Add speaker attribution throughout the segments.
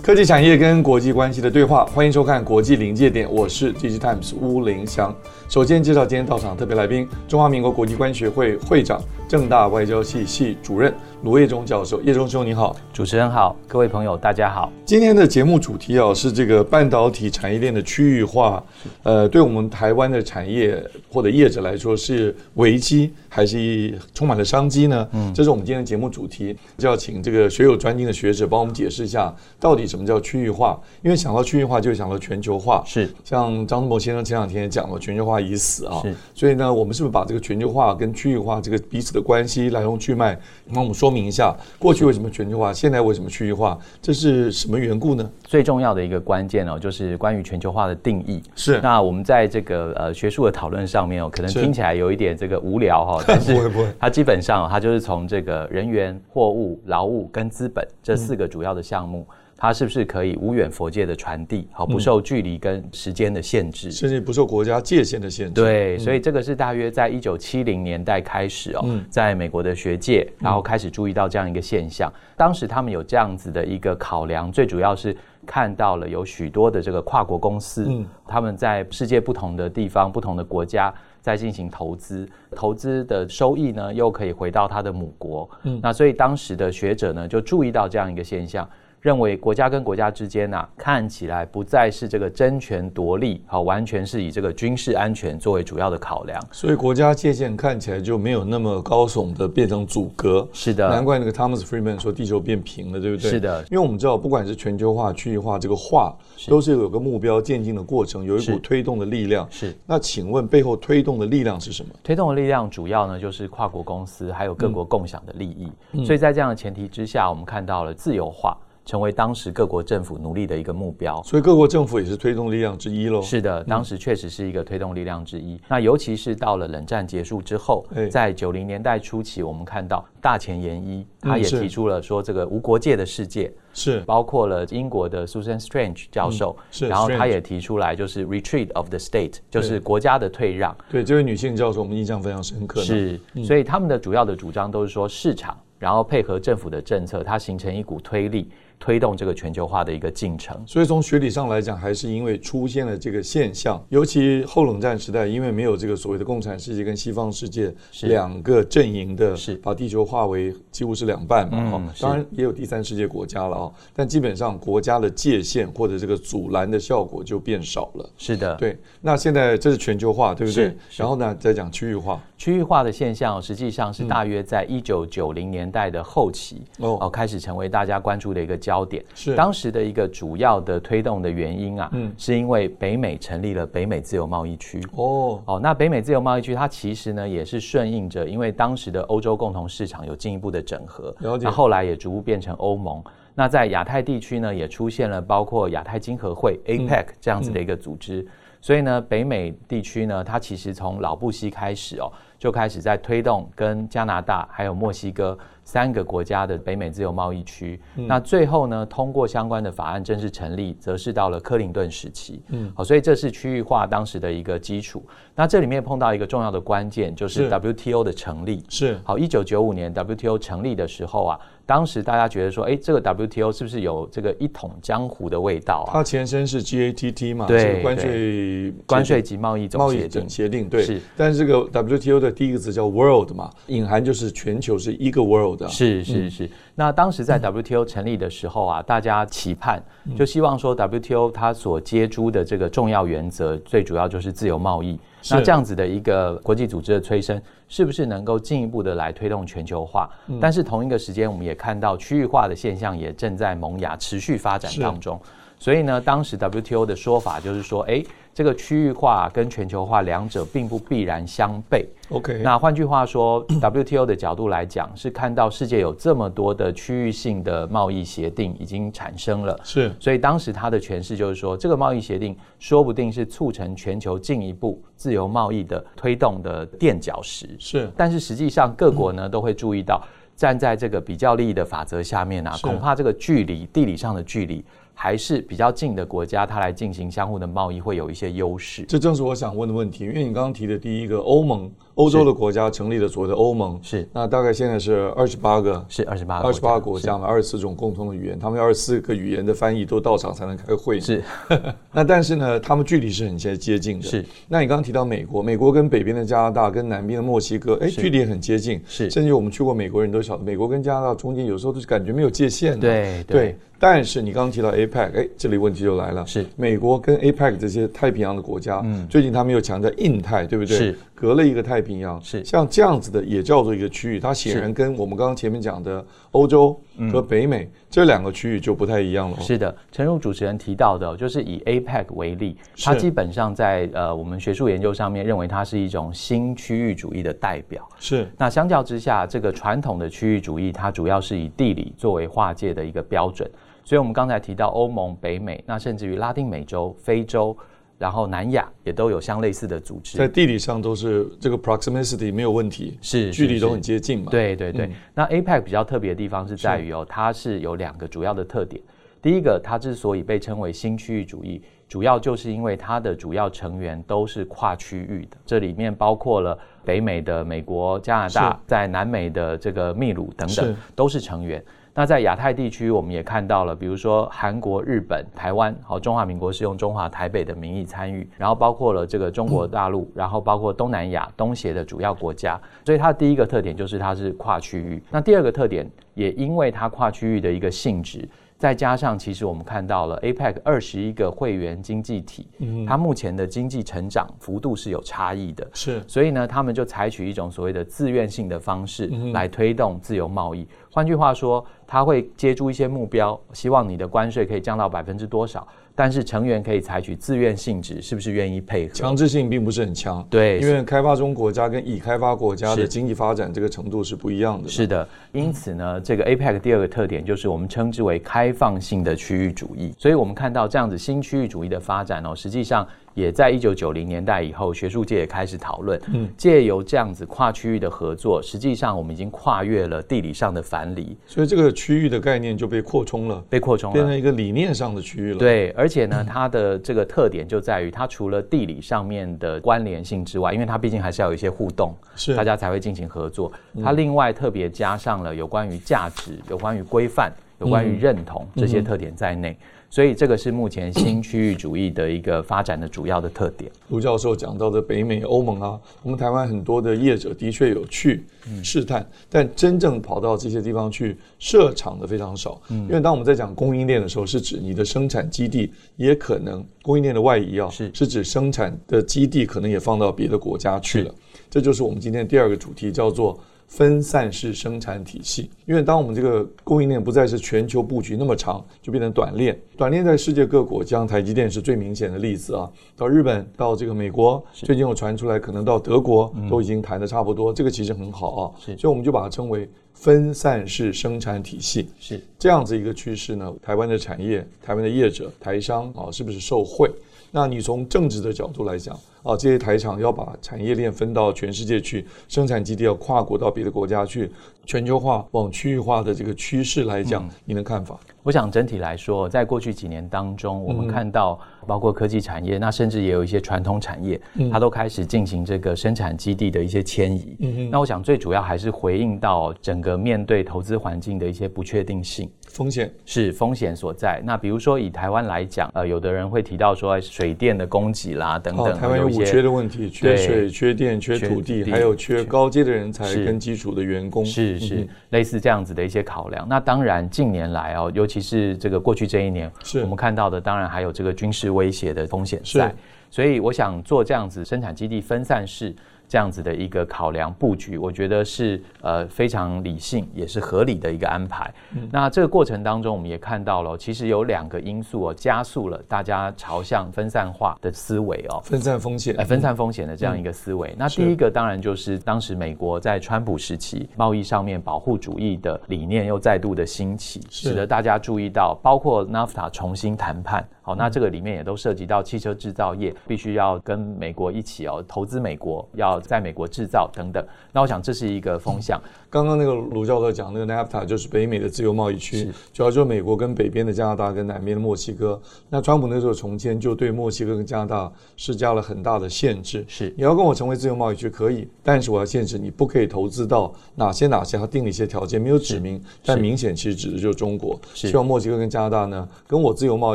Speaker 1: 科技产业跟国际关系的对话，欢迎收看《国际临界点》，我是 DigiTimes 乌林祥。首先介绍今天到场特别来宾：中华民国国际观学会会长、正大外交系系主任罗叶忠教授。叶忠兄，你好。
Speaker 2: 主持人好，各位朋友大家好。
Speaker 1: 今天的节目主题啊是这个半导体产业链的区域化，呃，对我们台湾的产业或者业者来说是危机还是一充满了商机呢？嗯，这是我们今天的节目主题，就要请这个学有专精的学者帮我们解释一下，到底什么叫区域化？因为想到区域化就想到全球化，
Speaker 2: 是
Speaker 1: 像张忠谋先生前两天也讲了，全球化已死啊，
Speaker 2: 是
Speaker 1: 所以呢，我们是不是把这个全球化跟区域化这个彼此的关系来龙去脉，帮我们说明一下，过去为什么全球化，现在为什么区域化，这是什么缘故呢？
Speaker 2: 最重要的一个关键哦，就是关于全球化的定义。
Speaker 1: 是
Speaker 2: 那我们在这个呃学术的讨论上面哦，可能
Speaker 1: 是
Speaker 2: 听起来有一点这个无 聊哈、哦，但是
Speaker 1: 不会不会
Speaker 2: 它基本上、哦、它就是从这个人员、货物、劳务跟资本这四个主要的项目，它是不是可以无远佛界的传递，好、不受距离跟时间的限制。
Speaker 1: 甚至不受国家界限的限制。，
Speaker 2: 对，所以这个是大约在一九七零年代开始哦，
Speaker 1: 嗯
Speaker 2: 在美国的学界，然后开始注意到这样一个现象。当时他们有这样子的一个考量，最主要是看到了有许多的这个跨国公司，
Speaker 1: 嗯
Speaker 2: 他们在世界不同的地方、不同的国家。在进行投资，投资的收益呢，又可以回到他的母国。嗯，那所以当时的学者呢，就注意到这样一个现象，认为国家跟国家之间呐、啊看起来不再是这个争权夺利，好、完全是以这个军事安全作为主要的考量。
Speaker 1: 所以国家界限看起来就没有那么高耸的变成阻隔。
Speaker 2: 是的
Speaker 1: 难怪那个 Thomas Friedman 说地球变平了，对不对？
Speaker 2: 是的
Speaker 1: 因为我们知道，不管是全球化、区域化，这个化都是有个目标渐进的过程，有一股
Speaker 2: 是
Speaker 1: 推动的力量。
Speaker 2: 是
Speaker 1: 那请问背后推动的力量是什么？
Speaker 2: 推动的力量主要呢，就是跨国公司还有各国共享的利益。
Speaker 1: 嗯
Speaker 2: 所以在这样的前提之下，我们看到了自由化成为当时各国政府努力的一个目标。
Speaker 1: 所以各国政府也是推动力量之一喽。
Speaker 2: 是的，当时确实是一个推动力量之一。那尤其是到了冷战结束之后
Speaker 1: 哎，
Speaker 2: 在九零年代初期，我们看到大前研一他
Speaker 1: 嗯
Speaker 2: 也
Speaker 1: 是
Speaker 2: 提出了说这个无国界的世界，
Speaker 1: 是
Speaker 2: 包括了英国的 Susan Strange 教授，
Speaker 1: 嗯是
Speaker 2: 然后
Speaker 1: Strange
Speaker 2: 他也提出来就是 retreat of the state，就是国家的退让，
Speaker 1: 对，这位女性教授，我们印象非常深刻。，
Speaker 2: 是，
Speaker 1: 嗯
Speaker 2: 所以他们的主要的主张都是说市场，然后配合政府的政策，它形成一股推力，推动这个全球化的一个进程。
Speaker 1: 所以从学理上来讲，还是因为出现了这个现象，尤其后冷战时代，因为没有这个所谓的共产世界跟西方世界
Speaker 2: 是
Speaker 1: 两个阵营的，
Speaker 2: 是
Speaker 1: 把地球化为几乎是两半嘛。
Speaker 2: 嗯
Speaker 1: 哈、
Speaker 2: 是
Speaker 1: 当然也有第三世界国家了啊、但基本上国家的界限或者这个阻拦的效果就变少了。
Speaker 2: 是的，
Speaker 1: 对，那现在这是全球化，对不对
Speaker 2: 嗯是？是
Speaker 1: 然后呢，再讲区域化，
Speaker 2: 区域化的现象实际上是大约在一九九零年代的后期
Speaker 1: 嗯哦
Speaker 2: 哦、开始成为大家关注的一个焦点。
Speaker 1: 是嗯
Speaker 2: 当时的一个主要的推动的原因啊，是因为北美成立了北美自由贸易区。
Speaker 1: 哦，
Speaker 2: 哦，那北美自由贸易区它其实呢也是顺应着，因为当时的欧洲共同市场有进一步的整合，
Speaker 1: 了解
Speaker 2: 那后来也逐步变成欧盟。那在亚太地区呢，也出现了包括亚太经合会 （APEC） 这样子的一个组织。所以呢，北美地区呢，它其实从老布希开始哦，就开始在推动跟加拿大还有墨西哥三个国家的北美自由贸易区。那最后呢，通过相关的法案正式成立，则是到了克林顿时期。嗯，好，所以这是区域化当时的一个基础。那这里面碰到一个重要的关键，就是是 WTO 的成立。
Speaker 1: 是
Speaker 2: 好，一九九五年 WTO 成立的时候啊，当时大家觉得说，哎，这个 WTO 是不是有这个一统江湖的味道啊？
Speaker 1: 它前身是 GATT 嘛，
Speaker 2: 对
Speaker 1: 是关税
Speaker 2: 关税及贸易总
Speaker 1: 贸
Speaker 2: 协
Speaker 1: 易
Speaker 2: 定
Speaker 1: 整。协定对，
Speaker 2: 是
Speaker 1: 但是这个 WTO 的第一个词叫 World 嘛，隐含就是全球是一个 World 啊。
Speaker 2: 是是是，那当时在 WTO 成立的时候啊，大家期盼就希望说 WTO 它所接诸的这个重要原则，最主要就是自由贸易。那这样子的一个国际组织的催生，是不是能够进一步的来推动全球化？但是同一个时间，我们也看到区域化的现象也正在萌芽、持续发展当中。所以呢，当时 WTO 的说法就是说，哎，这个区域化跟全球化两者并不必然相悖。
Speaker 1: OK，
Speaker 2: 那换句 话说，WTO 的角度来讲，是看到世界有这么多的区域性的贸易协定已经产生了，
Speaker 1: 是
Speaker 2: 所以当时他的诠释就是说，这个贸易协定说不定是促成全球进一步自由贸易的推动的垫脚石。
Speaker 1: 是
Speaker 2: 但是实际上各国呢都会注意到，站在这个比较利益的法则下面啊，
Speaker 1: 是
Speaker 2: 恐怕这个距离地理上的距离还是比较近的国家，它来进行相互的贸易会有一些优势。
Speaker 1: 这正是我想问的问题，因为你刚刚提的第一个，欧盟，欧洲的国家成立了所谓的欧盟，
Speaker 2: 是
Speaker 1: 那大概现在是二十八个，
Speaker 2: 是二十八
Speaker 1: 二十八个国
Speaker 2: 是
Speaker 1: 家嘛，二十四种共同的语言，他们要二十四个语言的翻译都到场才能开会，
Speaker 2: 是
Speaker 1: 那但是呢，他们距离是很接接近的。
Speaker 2: 是。
Speaker 1: 那你刚刚提到美国，美国跟北边的加拿大跟南边的墨西哥，哎，
Speaker 2: 是
Speaker 1: 距离也很接近。
Speaker 2: 是
Speaker 1: 甚至我们去过美国人都晓得，美国跟加拿大中间有时候都是感觉没有界限的。
Speaker 2: 对对
Speaker 1: 对。但是你刚刚提到 APEC，哎，这里问题就来了。
Speaker 2: 是嗯
Speaker 1: 美国跟 APEC 这些太平洋的国家，最近他们又强调印太，对不对？
Speaker 2: 是。
Speaker 1: 隔了一个太平洋。
Speaker 2: 是
Speaker 1: 像这样子的也叫做一个区域，它显然跟我们刚刚前面讲的欧洲和北美这两个区域就不太一样了。。
Speaker 2: 嗯是的，陈如主持人提到的哦，就是以 APEC 为例，
Speaker 1: 是
Speaker 2: 它基本上在呃我们学术研究上面认为它是一种新区域主义的代表。
Speaker 1: 是。
Speaker 2: 那相较之下，这个传统的区域主义，它主要是以地理作为划界的一个标准。所以，我们刚才提到欧盟、北美，那甚至于拉丁美洲、非洲，然后南亚也都有相类似的组织。
Speaker 1: 在地理上都是这个 proximity 没有问题，
Speaker 2: 是
Speaker 1: 距离
Speaker 2: 是
Speaker 1: 都
Speaker 2: 是
Speaker 1: 很接近嘛。，
Speaker 2: 对对对，
Speaker 1: 嗯
Speaker 2: 那 APEC 比较特别的地方是在于哦，它是有两个主要的特点。第一个，它之所以被称为新区域主义，主要就是因为它的主要成员都是跨区域的，这里面包括了北美的美国、加拿
Speaker 1: 是
Speaker 2: 大，在南美的这个秘鲁等等
Speaker 1: 是，
Speaker 2: 都是成员。那在亚太地区，我们也看到了，比如说韩国、日本、台湾，好，中华民国是用中华台北的名义参与，然后包括了这个中国大陆，然后包括东南亚、东协的主要国家，所以它第一个特点就是它是跨区域。那第二个特点，也因为它跨区域的一个性质，再加上其实我们看到了 APEC 二十一个会员经济体，它目前的经济成长幅度是有差异的，
Speaker 1: 是
Speaker 2: 所以呢，他们就采取一种所谓的自愿性的方式来推动自由贸易。换句话说，他会接触一些目标，希望你的关税可以降到百分之多少，但是成员可以采取自愿性质，是不是愿意配合？
Speaker 1: 强制性并不是很强。
Speaker 2: 对
Speaker 1: 因为开发中国家跟已开发国家的
Speaker 2: 是
Speaker 1: 经济发展这个程度是不一样的。
Speaker 2: 是的，因此呢，这个 APEC 第二个特点就是我们称之为开放性的区域主义。所以，我们看到这样子新区域主义的发展哦，实际上也在一九九零年代以后，学术界也开始讨论，嗯，借由这样子跨区域的合作，实际上我们已经跨越了地理上的藩篱，
Speaker 1: 所以这个区域的概念就被扩充了，
Speaker 2: 被扩充
Speaker 1: 变
Speaker 2: 了
Speaker 1: 成。一个嗯理念上的区域了。，
Speaker 2: 对，而且呢，它的这个特点就在于，它除了地理上面的关联性之外，因为它毕竟还是要有一些互动，
Speaker 1: 是嗯
Speaker 2: 大家才会进行合作。它另外特别加上了有关于价值、有关于规范、
Speaker 1: 嗯
Speaker 2: 有关于认同这些特点在内，所以这个是目前新区域主义的一个发展的主要的特点。
Speaker 1: 卢教授讲到的北美、欧盟啊，我们台湾很多的业者的确有去试探，但真正跑到这些地方去设厂的非常少。因为当我们在讲供应链的时候，是指你的生产基地也可能供应链的外移啊，
Speaker 2: 是
Speaker 1: 是指生产的基地可能也放到别的国家去了。这就是我们今天第二个主题，叫做。分散式生产体系，因为当我们这个供应链不再是全球布局那么长，就变成短链。短链在世界各国，像台积电是最明显的例子啊，到日本，到这个美国，最近有传出来，可能到德国都已经谈的差不多，这个其实很好啊。
Speaker 2: 嗯是
Speaker 1: 所以我们就把它称为分散式生产体系。
Speaker 2: 是
Speaker 1: 这样子一个趋势呢，台湾的产业、台湾的业者、台商啊，是不是受惠？那你从政治的角度来讲啊，这些台厂要把产业链分到全世界去，生产基地要跨国到别的国家去，全球化往区域化的这个趋势来
Speaker 2: 嗯
Speaker 1: 讲，你的看法？
Speaker 2: 我想整体来说，在过去几年当中，我
Speaker 1: 嗯
Speaker 2: 们看到包括科技产业，那甚至也有一些传统产业，
Speaker 1: 嗯
Speaker 2: 它都开始进行这个生产基地的一些迁移。那我想最主要还是回应到整个面对投资环境的一些不确定性。
Speaker 1: 风险
Speaker 2: 是风险所在。那比如说以台湾来讲，呃，有的人会提到说哎水电的供给啦等等，
Speaker 1: 啊，台湾有
Speaker 2: 一
Speaker 1: 五
Speaker 2: 些
Speaker 1: 缺的问题，缺
Speaker 2: 对
Speaker 1: 水、缺电、缺
Speaker 2: 缺
Speaker 1: 土地，
Speaker 2: 地
Speaker 1: 还有缺
Speaker 2: 缺
Speaker 1: 高阶的人才
Speaker 2: 是
Speaker 1: 跟基础的员工。嗯
Speaker 2: 是是，类似这样子的一些考量。那当然，近年来哦，尤其是这个过去这一年，
Speaker 1: 是
Speaker 2: 我们看到的，当然还有这个军事威胁的风险在
Speaker 1: 是。
Speaker 2: 所以，我想做这样子生产基地分散式，这样子的一个考量布局，我觉得是呃非常理性也是合理的一个安排。
Speaker 1: 嗯
Speaker 2: 那这个过程当中，我们也看到了，其实有两个因素哦，加速了大家朝向分散化的思维哦。
Speaker 1: 分散风险
Speaker 2: 呃，，分散风险的这样一个思维。那第一个当然就是当时美国在川普时期贸易上面保护主义的理念又再度的兴起，
Speaker 1: 是
Speaker 2: 使得大家注意到，包括 NAFTA 重新谈判。好，那这个里面也都涉及到汽车制造业必须要跟美国一起哦，投资美国，要在美国制造等等。那我想这是一个风向。
Speaker 1: 刚刚那个卢教授讲那个 NAFTA 就是北美的自由贸易区
Speaker 2: 是，
Speaker 1: 主要就是美国跟北边的加拿大跟南边的墨西哥。那川普那时候重建就对墨西哥跟加拿大施加了很大的限制。
Speaker 2: 是
Speaker 1: 你要跟我成为自由贸易区可以，但是我要限制你不可以投资到哪些哪些，他定了一些条件，没有指明，但明显其实指的就是中国。
Speaker 2: 是
Speaker 1: 希望墨西哥跟加拿大呢跟我自由贸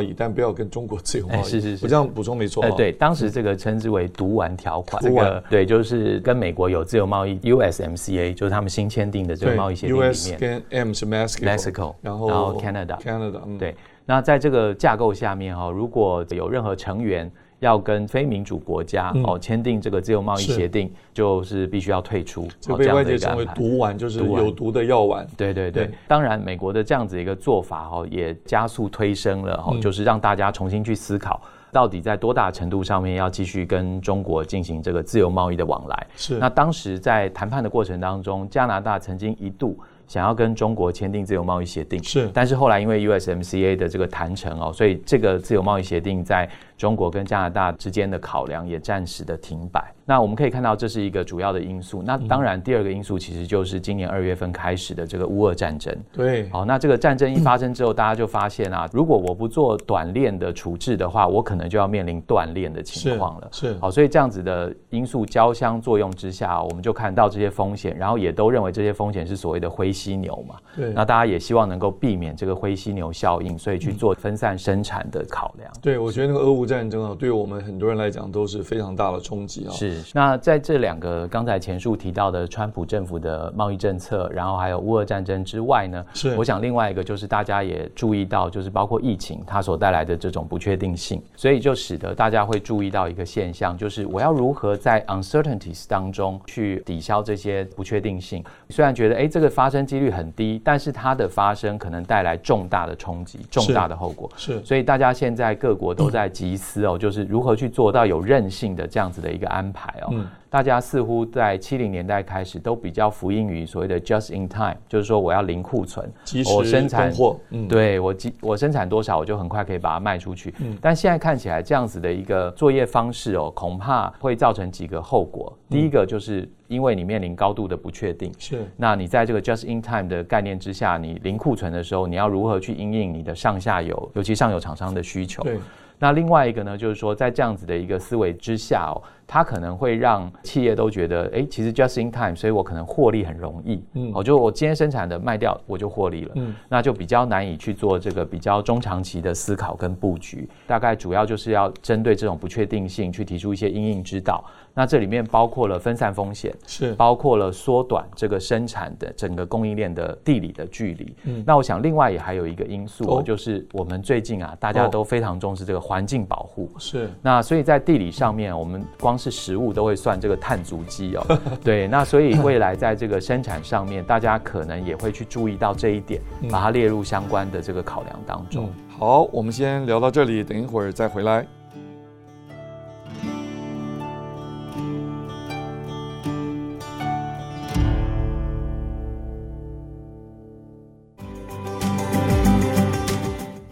Speaker 1: 易，但不要跟中国自由贸易。
Speaker 2: 哎是是是
Speaker 1: 我这样补充没错、
Speaker 2: 哎、
Speaker 1: 啊。
Speaker 2: 对，当时这个称之为“毒丸条款”，这
Speaker 1: 毒丸
Speaker 2: 个对，就是跟美国有自由贸易 USMCA，就是他们新签订的这个
Speaker 1: 对
Speaker 2: 贸易协定里面。
Speaker 1: ，US 跟 M 是 Mexico，
Speaker 2: Mexico，
Speaker 1: 然后
Speaker 2: 然后 Canada
Speaker 1: Canada，嗯
Speaker 2: 对，那在这个架构下面哈、哦，如果有任何成员要跟非民主国家、
Speaker 1: 嗯
Speaker 2: 哦签订这个自由贸易
Speaker 1: 是
Speaker 2: 协定，就是必须要退出，
Speaker 1: 就
Speaker 2: 哦
Speaker 1: 被外
Speaker 2: 的一
Speaker 1: 界称
Speaker 2: 个安
Speaker 1: 为
Speaker 2: 排
Speaker 1: 毒丸，就是
Speaker 2: 毒丸
Speaker 1: 有毒的药丸。
Speaker 2: 对对对，
Speaker 1: 对
Speaker 2: 当然，美国的这样子一个做法哦，也加速推升了
Speaker 1: 嗯
Speaker 2: 哦，就是让大家重新去思考，到底在多大程度上面要继续跟中国进行这个自由贸易的往来。
Speaker 1: 是
Speaker 2: 那当时在谈判的过程当中，加拿大曾经一度。想要跟中国签订自由贸易协定，
Speaker 1: 是
Speaker 2: 但是后来因为 USMCA 的这个谈成哦，所以这个自由贸易协定在中国跟加拿大之间的考量也暂时的停摆。那我们可以看到，这是一个主要的因素。那当然，第二个因素其实就是今年二月份开始的这个乌俄战争。
Speaker 1: 对，
Speaker 2: 好，那这个战争一发生之后，大家就发现啊， 如果我不做短链的处置的话，我可能就要面临断链的情况了。
Speaker 1: 是是
Speaker 2: 好，所以这样子的因素交相作用之下，我们就看到这些风险，然后也都认为这些风险是所谓的灰犀牛嘛。
Speaker 1: 对
Speaker 2: 那大家也希望能够避免这个灰犀牛效应，所以
Speaker 1: 嗯
Speaker 2: 去做分散生产的考量。
Speaker 1: 对，我觉得那个俄乌战争啊，对我们很多人来讲都是非常大的冲击啊。，
Speaker 2: 是，哦那在这两个刚才前述提到的川普政府的贸易政策，然后还有乌俄战争之外呢，
Speaker 1: 是
Speaker 2: 我想另外一个就是大家也注意到，就是包括疫情它所带来的这种不确定性，所以就使得大家会注意到一个现象，就是我要如何在 uncertainties 当中去抵消这些不确定性。虽然觉得诶这个发生几率很低，但是它的发生可能带来重大的冲击、重
Speaker 1: 是
Speaker 2: 大的后果。
Speaker 1: 是嗯
Speaker 2: 所以大家现在各国都在集思哦，就是如何去做到有韧性的这样子的一个安排哦。
Speaker 1: 嗯
Speaker 2: 大家似乎在七零年代开始都比较服膺于所谓的 just in time，就是说我要零库存
Speaker 1: 及，时
Speaker 2: 我生产
Speaker 1: 供货嗯
Speaker 2: 对我几我生产多少，我就很快可以把它卖出去。
Speaker 1: 嗯
Speaker 2: 但现在看起来这样子的一个作业方式哦，恐怕会造成几个后果。
Speaker 1: 嗯
Speaker 2: 第一个就是因为你面临高度的不确定，
Speaker 1: 是
Speaker 2: 那你在这个 just in time 的概念之下，你零库存的时候，你要如何去因应你的上下游，尤其上游厂商的需求？
Speaker 1: 对，
Speaker 2: 那另外一个呢，就是说在这样子的一个思维之下哦，它可能会让企业都觉得，诶，其实 just in time，所以我可能获利很容易，
Speaker 1: 嗯
Speaker 2: 嗯，哦，就我今天生产的卖掉我就获利了，
Speaker 1: 嗯
Speaker 2: 那就比较难以去做这个比较中长期的思考跟布局。大概主要就是要针对这种不确定性去提出一些因应之道。那这里面包括了分散风险，
Speaker 1: 是
Speaker 2: 包括了缩短这个生产的整个供应链的地理的距离。
Speaker 1: 嗯
Speaker 2: 那我想另外也还有一个因素哦、
Speaker 1: 哦
Speaker 2: 就是我们最近啊，大家
Speaker 1: 哦
Speaker 2: 都非常重视这个环境保护。
Speaker 1: 是
Speaker 2: 那所以在地理上面，我们光是食物都会算这个碳足迹哦。 对，那所以未来在这个生产上面，大家可能也会去注意到这一点，把它列入相关的这个考量当中。
Speaker 1: 嗯。好，我们先聊到这里，等一会儿再回来。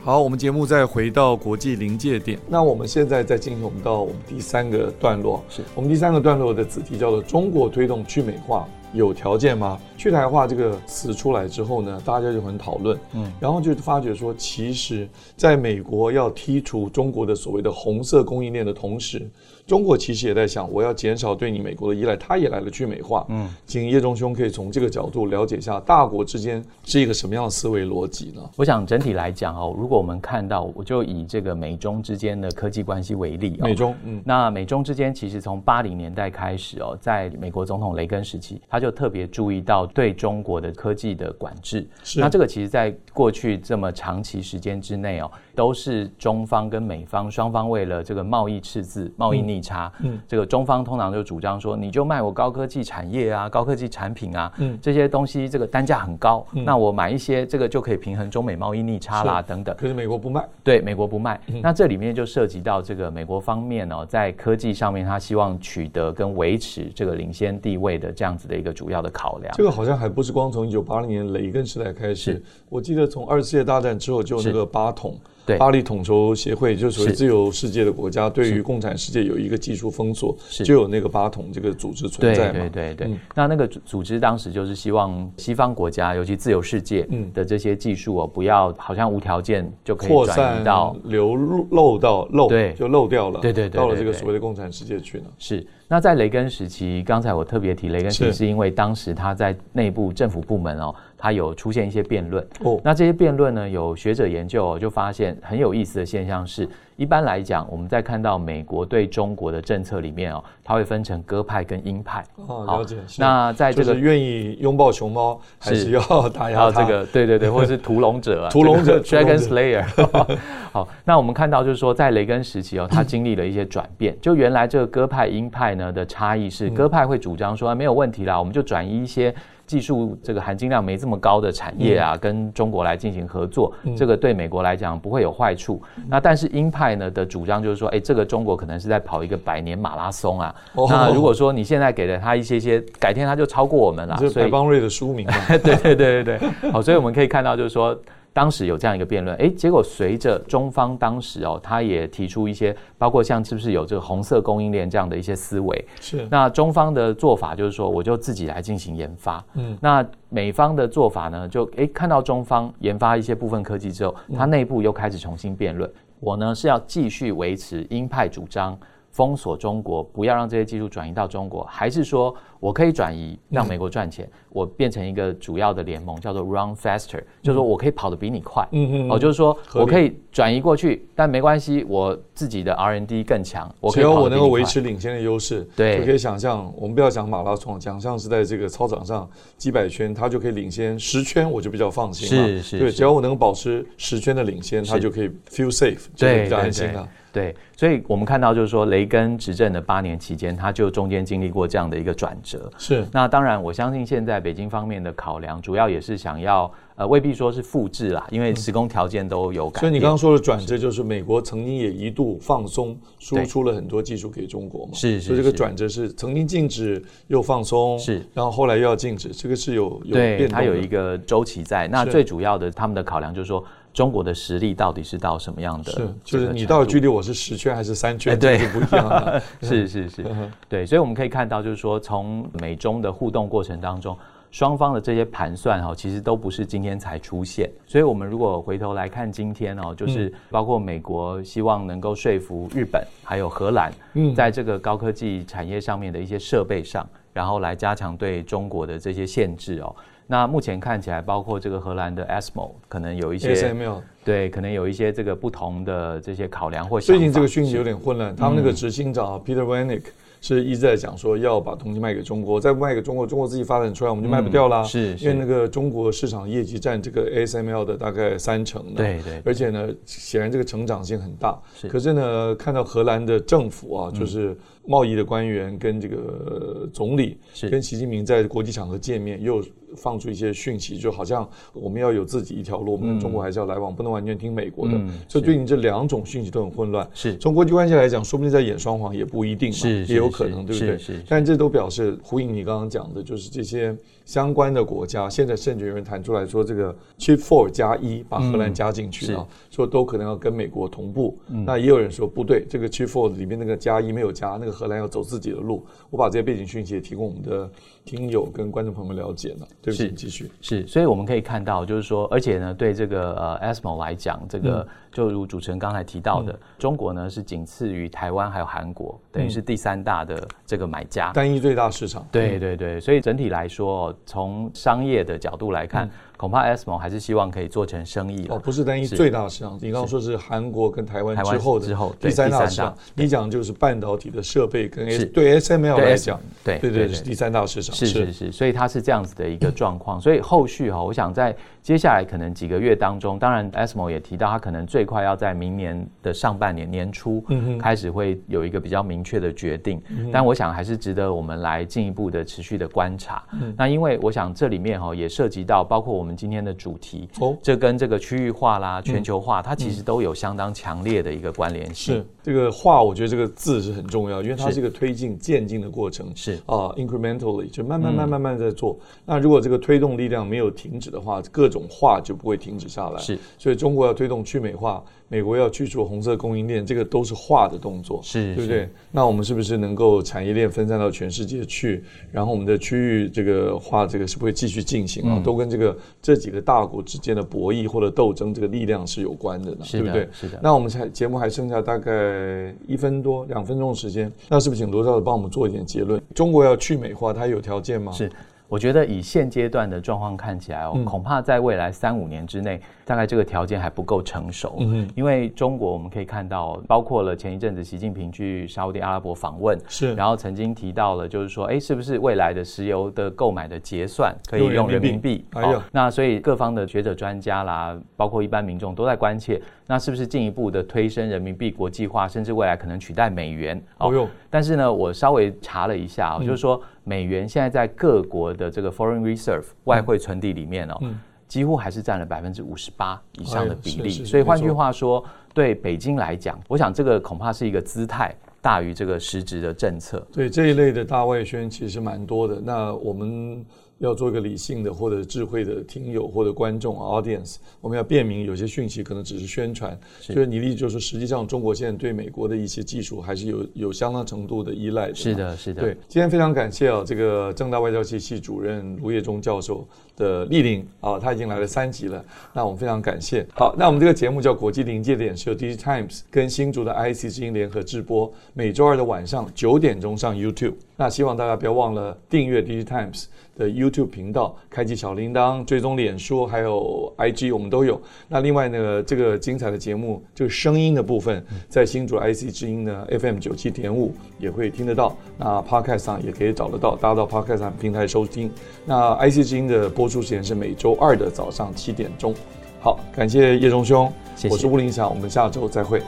Speaker 1: 好，我们节目再回到国际临界点。那我们现在再进行我们到我们第三个段落，
Speaker 2: 是
Speaker 1: 我们第三个段落的子题叫做“中国推动去美化有条件吗？”去台化这个词出来之后呢，大家就很讨论，嗯，然后就发觉说，其实在美国要剔除中国的所谓的红色供应链的同时，中国其实也在想，我要减少对你美国的依赖，它也来了去美化，嗯，请叶中兄可以从这个角度了解一下，大国之间是一个什么样的思维逻辑呢？
Speaker 2: 我想整体来讲哦，如果我们看到，我就以这个美中之间的科技关系为例、哦，
Speaker 1: 美中，嗯。
Speaker 2: 那美中之间其实从八零年代开始哦，在美国总统雷根时期，他他就特别注意到对中国的科技的管制。
Speaker 1: 是
Speaker 2: 那这个其实在过去这么长期时间之内哦，都是中方跟美方双方为了这个贸易赤字、贸易逆差，
Speaker 1: 嗯
Speaker 2: 这个中方通常就主张说，你就卖我高科技产业啊、高科技产品啊，
Speaker 1: 嗯
Speaker 2: 这些东西这个单价很高，那我买一些这个就可以平衡中美贸易逆差啦
Speaker 1: 是
Speaker 2: 等等。
Speaker 1: 可是美国不卖，
Speaker 2: 对，美国不卖。
Speaker 1: 嗯
Speaker 2: 那这里面就涉及到这个美国方面哦，在科技上面，他希望取得跟维持这个领先地位的这样子的一个主要的考量
Speaker 1: 这。个好像还不是光从一九八零年雷根时代开始
Speaker 2: 是，
Speaker 1: 我记得从二次世界大战之后就有那个巴统。
Speaker 2: 对
Speaker 1: 巴黎统筹协会就是所谓
Speaker 2: 是
Speaker 1: 自由世界的国家，对于
Speaker 2: 是
Speaker 1: 共产世界有一个技术封锁，
Speaker 2: 是
Speaker 1: 就有那个巴统这个组织存
Speaker 2: 对
Speaker 1: 在嘛。
Speaker 2: 对对对，
Speaker 1: 嗯
Speaker 2: 那那个组组织当时就是希望西方国家，尤其自由世界
Speaker 1: 嗯
Speaker 2: 的这些技术哦，不要好像无条件就可以
Speaker 1: 扩
Speaker 2: 转
Speaker 1: 散
Speaker 2: 移到
Speaker 1: 流入漏到漏，
Speaker 2: 对
Speaker 1: 就漏掉了，
Speaker 2: 对对对
Speaker 1: 到了
Speaker 2: 对
Speaker 1: 这个
Speaker 2: 对
Speaker 1: 所谓的共产世界去了。
Speaker 2: 是，那在雷根时期，刚才我特别提雷根时期，
Speaker 1: 是
Speaker 2: 是因为当时他在内部政府部门哦，他有出现一些辩论。
Speaker 1: 哦
Speaker 2: 那这些辩论呢，有学者研究、哦、就发现很有意思的现象是，一般来讲，我们在看到美国对中国的政策里面哦，它会分成鸽派跟鹰派。
Speaker 1: 哦，
Speaker 2: 好
Speaker 1: 了解。是
Speaker 2: 那在这
Speaker 1: 就
Speaker 2: 个
Speaker 1: 是愿意拥抱熊猫，还是
Speaker 2: 是
Speaker 1: 要打
Speaker 2: 还
Speaker 1: 压
Speaker 2: 有这
Speaker 1: 它？
Speaker 2: 个，对对对，或者是屠龙 者啊，
Speaker 1: 屠龙 者
Speaker 2: 这个 Dragon
Speaker 1: 屠
Speaker 2: Slayer。好， 那我们看到就是说，在雷根时期哦，他经历了一些转变。就原来这个鸽派、鹰派呢的差异
Speaker 1: 嗯
Speaker 2: 是，鸽派会主张说、啊没有问题啦，我们就转移一些技术这个含金量没这么高的产业
Speaker 1: 嗯
Speaker 2: 啊，跟中国来进行合作，这个对美国来讲不会有坏处。
Speaker 1: 嗯
Speaker 2: 那但是鹰派呢的主张就是说，哎，这个中国可能是在跑一个百年马拉松啊。
Speaker 1: 哦
Speaker 2: 那如果说你现在给了他一些些，改天他就超过我们了，
Speaker 1: 这是
Speaker 2: 啊所以
Speaker 1: 白邦瑞的书 名嘛？
Speaker 2: 对对对对对，好，所以我们可以看到，就是说当时有这样一个辩论，诶，结果随着中方当时哦，他也提出一些，包括像是不是有这个红色供应链这样的一些思维，
Speaker 1: 是
Speaker 2: 那中方的做法就是说，我就自己来进行研发。
Speaker 1: 嗯
Speaker 2: 嗯，那美方的做法呢，就诶看到中方研发一些部分科技之后，它
Speaker 1: 嗯
Speaker 2: 内部又开始重新辩论。我呢是要继续维持鹰派主张，封锁中国，不要让这些技术转移到中国，还是说我可以转移，让美国赚钱，
Speaker 1: 嗯
Speaker 2: 我变成一个主要的联盟，叫做 Run Faster，、就是说我可以跑得比你快。
Speaker 1: 嗯
Speaker 2: 嗯
Speaker 1: 嗯
Speaker 2: 嗯，哦，就是说
Speaker 1: 合理
Speaker 2: 我可以转移过去，但没关系，我自己的 R&D 更强，我可
Speaker 1: 只
Speaker 2: 以
Speaker 1: 要
Speaker 2: 跑得
Speaker 1: 我能
Speaker 2: 比
Speaker 1: 够
Speaker 2: 你
Speaker 1: 维
Speaker 2: 快
Speaker 1: 持领先的优势，
Speaker 2: 对
Speaker 1: 就可以想象，我们不要讲马拉松，讲像是在这个操场上几百圈，它就可以领先十圈，我就比较放心了。
Speaker 2: 是是
Speaker 1: 对，
Speaker 2: 是
Speaker 1: 只要我能够保持十圈的领先，它就可以 feel safe，就是
Speaker 2: 对，
Speaker 1: 比较
Speaker 2: 对
Speaker 1: 安心了。
Speaker 2: 对对，所以我们看到就是说，雷根执政的八年期间，他就中间经历过这样的一个转折。
Speaker 1: 是
Speaker 2: 那当然，我相信现在北京方面的考量，主要也是想要呃，未必说是复制啦，因为时空条件都有改
Speaker 1: 嗯所以
Speaker 2: 变。
Speaker 1: 你刚刚说的转折，就是美国曾经也一度放松，输出了很多技术给中国嘛。
Speaker 2: 是是
Speaker 1: 所以这个
Speaker 2: 是
Speaker 1: 转折是曾经禁止又放松，
Speaker 2: 是，
Speaker 1: 然后后来又要禁止，这个是有有变
Speaker 2: 对，
Speaker 1: 动
Speaker 2: 它有
Speaker 1: 的
Speaker 2: 一个周期在。那
Speaker 1: 是
Speaker 2: 最主要的，他们的考量就是说，中国的实力到底是到什么样的
Speaker 1: 是
Speaker 2: 这个程度？
Speaker 1: 就是你到底距离我是十圈还是三圈，
Speaker 2: 哎对
Speaker 1: 这就不一样 了。
Speaker 2: 是是是，对，所以我们可以看到，就是说从美中的互动过程当中，双方的这些盘算哈、其实都不是今天才出现。所以我们如果回头来看今天哦，
Speaker 1: 嗯
Speaker 2: 就是包括美国希望能够说服日本还有荷兰，
Speaker 1: 嗯
Speaker 2: 在这个高科技产业上面的一些设备上，然后来加强对中国的这些限制哦。那目前看起来，包括这个荷兰的 ASML 可能有一些
Speaker 1: ASML
Speaker 2: 对，可能有一些这个不同的这些考量或想
Speaker 1: 最近
Speaker 2: 法嗯
Speaker 1: 这个讯息有点混乱，他们那个执行长啊 Peter Vanek 是一直在讲说要把东西卖给中国，再不卖给中国，中国自己发展出来我们就卖不掉啦。
Speaker 2: 嗯是是
Speaker 1: 因为那个中国市场业绩占这个 ASML 的大概三成呢。
Speaker 2: 对对对
Speaker 1: 而且呢，显然这个成长性很大。
Speaker 2: 是嗯
Speaker 1: 可是呢，看到荷兰的政府啊，就是贸易的官员跟这个呃总理
Speaker 2: 是
Speaker 1: 跟习近平在国际场合见面，又放出一些讯息，就好像我们要有自己一条路，我们跟中国还是要来往，不能完全听美国的
Speaker 2: 嗯。
Speaker 1: 所以最近这两种讯息都很混乱。
Speaker 2: 是
Speaker 1: 从国际关系来讲，说不定在演双簧也不一定嘛，
Speaker 2: 是是
Speaker 1: 也有可能，对
Speaker 2: 是
Speaker 1: 不对？
Speaker 2: 是是
Speaker 1: 但这都表示呼应你刚刚讲的，就是这些相关的国家，现在甚至有人谈出来说，这个 Chip Four 加一把荷兰加进去啊，
Speaker 2: 嗯
Speaker 1: 说都可能要跟美国同步。那也有人说不对，这个 Chip Four 里面那个加一没有加，那个荷兰要走自己的路。我把这些背景讯息也提供我们的听友跟观众朋友们了解了。对不起，
Speaker 2: 是
Speaker 1: 你继续。
Speaker 2: 是，所以我们可以看到，就是说，而且呢，对这个呃 ASML 来讲，这个、就如主持人刚才提到的，中国呢是仅次于台湾还有韩国，等于是第三大的这个买家。
Speaker 1: 单一最大市场，
Speaker 2: 哦对对对，所以整体来说，从商业的角度来看，恐怕 s m o 还是希望可以做成生意了
Speaker 1: 哦，不是单一
Speaker 2: 是
Speaker 1: 最大的市场，你刚刚说是韩国跟台湾
Speaker 2: 台湾
Speaker 1: 之后的
Speaker 2: 之后
Speaker 1: 第
Speaker 2: 对
Speaker 1: 三大
Speaker 2: 第
Speaker 1: 市
Speaker 2: 三大
Speaker 1: 场，你讲就是半导体的设备跟 S
Speaker 2: 是
Speaker 1: 对 SML
Speaker 2: 对
Speaker 1: 来
Speaker 2: S-
Speaker 1: 讲，
Speaker 2: 对
Speaker 1: 对
Speaker 2: 对
Speaker 1: 对
Speaker 2: 对
Speaker 1: 是第三大市场
Speaker 2: 是是是，所以它是这样子的一个状况。所以后续哈、我想在接下来可能几个月当中，当然 ASMO 也提到，它可能最快要在明年的上半年年初开始会有一个比较明确的决定。但我想还是值得我们来进一步的持续的观察。那因为我想这里面哈、也涉及到包括我们今天的主题，
Speaker 1: 哦
Speaker 2: 这跟这个区域化啦、全球化，它其实都有相当强烈的一个关联性。
Speaker 1: 是这个话，我觉得这个字是很重要，因为它
Speaker 2: 是
Speaker 1: 是一个推进渐进的过程，
Speaker 2: 是嗯
Speaker 1: 啊，incrementally 就慢慢慢慢慢在做。那如果这个推动力量没有停止的话，各种话就不会停止下来。
Speaker 2: 是，
Speaker 1: 所以中国要推动去美化，美国要去除红色供应链，这个都是话的动作，对
Speaker 2: 是
Speaker 1: 不
Speaker 2: 是
Speaker 1: 对？那我们是不是能够产业链分散到全世界去？然后我们的区域这个化，这个是不会继续进行
Speaker 2: 嗯
Speaker 1: 啊？都跟这个这几个大国之间的博弈或者斗争，这个力量是有关的呢，
Speaker 2: 是
Speaker 1: 对
Speaker 2: 的
Speaker 1: 不对？
Speaker 2: 是的
Speaker 1: 那我们才节目还剩下大概一分多两分钟的时间，那是不是请罗教授帮我们做一点结论？中国要去美化，它有条件吗？
Speaker 2: 是，我觉得以现阶段的状况看起来
Speaker 1: 嗯
Speaker 2: 哦，恐怕在未来三五年之内，大概这个条件还不够成熟。
Speaker 1: 嗯
Speaker 2: 因为中国我们可以看到，包括了前一阵子习近平去沙烏地阿拉伯访问，
Speaker 1: 是
Speaker 2: 然后曾经提到了，就是说，哎，是不是未来的石油的购买的结算可以
Speaker 1: 用人
Speaker 2: 用
Speaker 1: 民
Speaker 2: 人
Speaker 1: 币
Speaker 2: 民币？
Speaker 1: 哎
Speaker 2: 哦
Speaker 1: 呀
Speaker 2: 那所以各方的学者专家啦，包括一般民众都在关切，那是不是进一步的推升人民币国际化，甚至未来可能取代美元？
Speaker 1: 哦哟
Speaker 2: 但是呢，我稍微查了一下、
Speaker 1: 嗯
Speaker 2: 哦，就是说美元现在在各国的这个 foreign reserve
Speaker 1: 嗯
Speaker 2: 外汇存底里面哦，几乎还是占了百分之五十八以上的比
Speaker 1: 哎呀
Speaker 2: 例。
Speaker 1: 是是
Speaker 2: 所以换句
Speaker 1: 没错
Speaker 2: 话说，对北京来讲，我想这个恐怕是一个姿态大于这个实质的政策。
Speaker 1: 对这一类的大外宣其实蛮多的。那我们要做一个理性的或者智慧的听友或者观众啊 audience，我们要辨明有些讯息可能只是宣传。所以你的意思就是，实际上中国现在对美国的一些技术还是有有相当程度的依赖的。
Speaker 2: 是。的，是的，
Speaker 1: 对，今天非常感谢啊，这个正大外交系系主任卢业忠教授的莅临啊，他已经来了三集了，那我们非常感谢。好，那我们这个节目叫国际临界点，是由 D i g Times 跟新竹的 IC 之音联合制播，每周二的晚上九点钟上 YouTube。那希望大家不要忘了订阅 D i g Times 的 YouTube 频道，开启小铃铛，追踪脸书还有 IG，我们都有。那另外呢，这个精彩的节目，这个声音的部分，在新竹 IC 之音呢 FM 九七点五也会听得到。那 Podcast 上也可以找得到，大家到 Podcast 上平台收听。那 IC 之音的播出时间是每周二的早上七点钟。好，感谢叶忠兄，
Speaker 2: 谢谢
Speaker 1: 我是吴林祥，我们下周再会。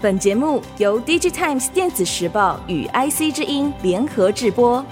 Speaker 3: 本节目由 DigiTimes 电子时报与 IC 之音联合制播。